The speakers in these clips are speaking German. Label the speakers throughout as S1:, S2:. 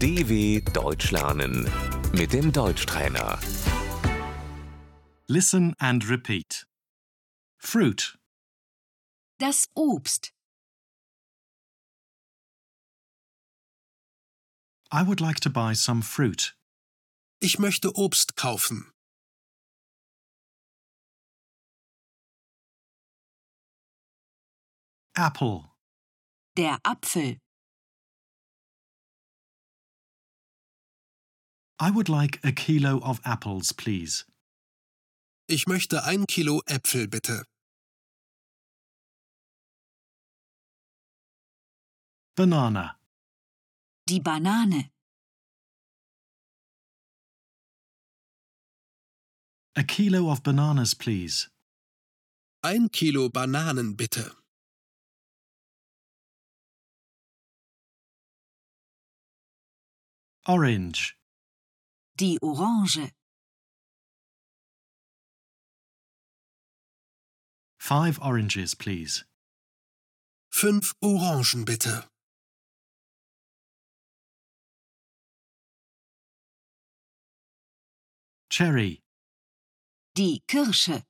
S1: DW Deutsch lernen mit dem Deutschtrainer.
S2: Listen and repeat. Fruit,
S3: Das Obst,
S2: I would like to buy some fruit.
S4: Ich möchte Obst kaufen.
S2: Apple,
S3: der Apfel,
S2: I would like a kilo of apples, please.
S4: Ich möchte ein Kilo Äpfel bitte.
S2: Banana,
S3: die Banane,
S2: a kilo of bananas, please.
S4: Ein Kilo Bananen bitte.
S2: Orange,
S3: die Orange,
S2: five oranges, please.
S4: Fünf Orangen bitte.
S2: Cherry,
S3: die Kirsche,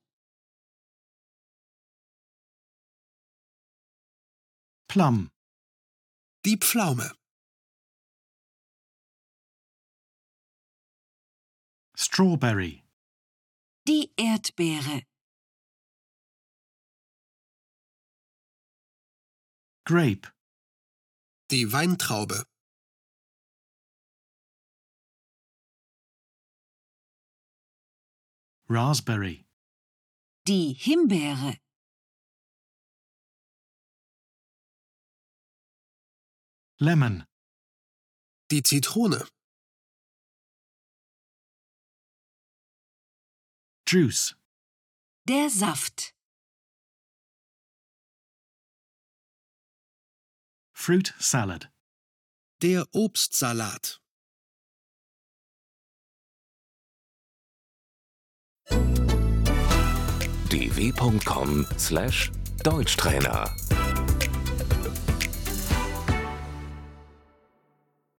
S2: plum,
S4: Die Pflaume.
S2: strawberry,
S3: die Erdbeere,
S2: grape,
S4: Die Weintraube.
S2: raspberry,
S3: die Himbeere,
S2: lemon,
S4: Die Zitrone.
S2: juice,
S3: der Saft,
S2: fruit salad,
S4: Der Obstsalat.
S1: dw.com/deutschtrainer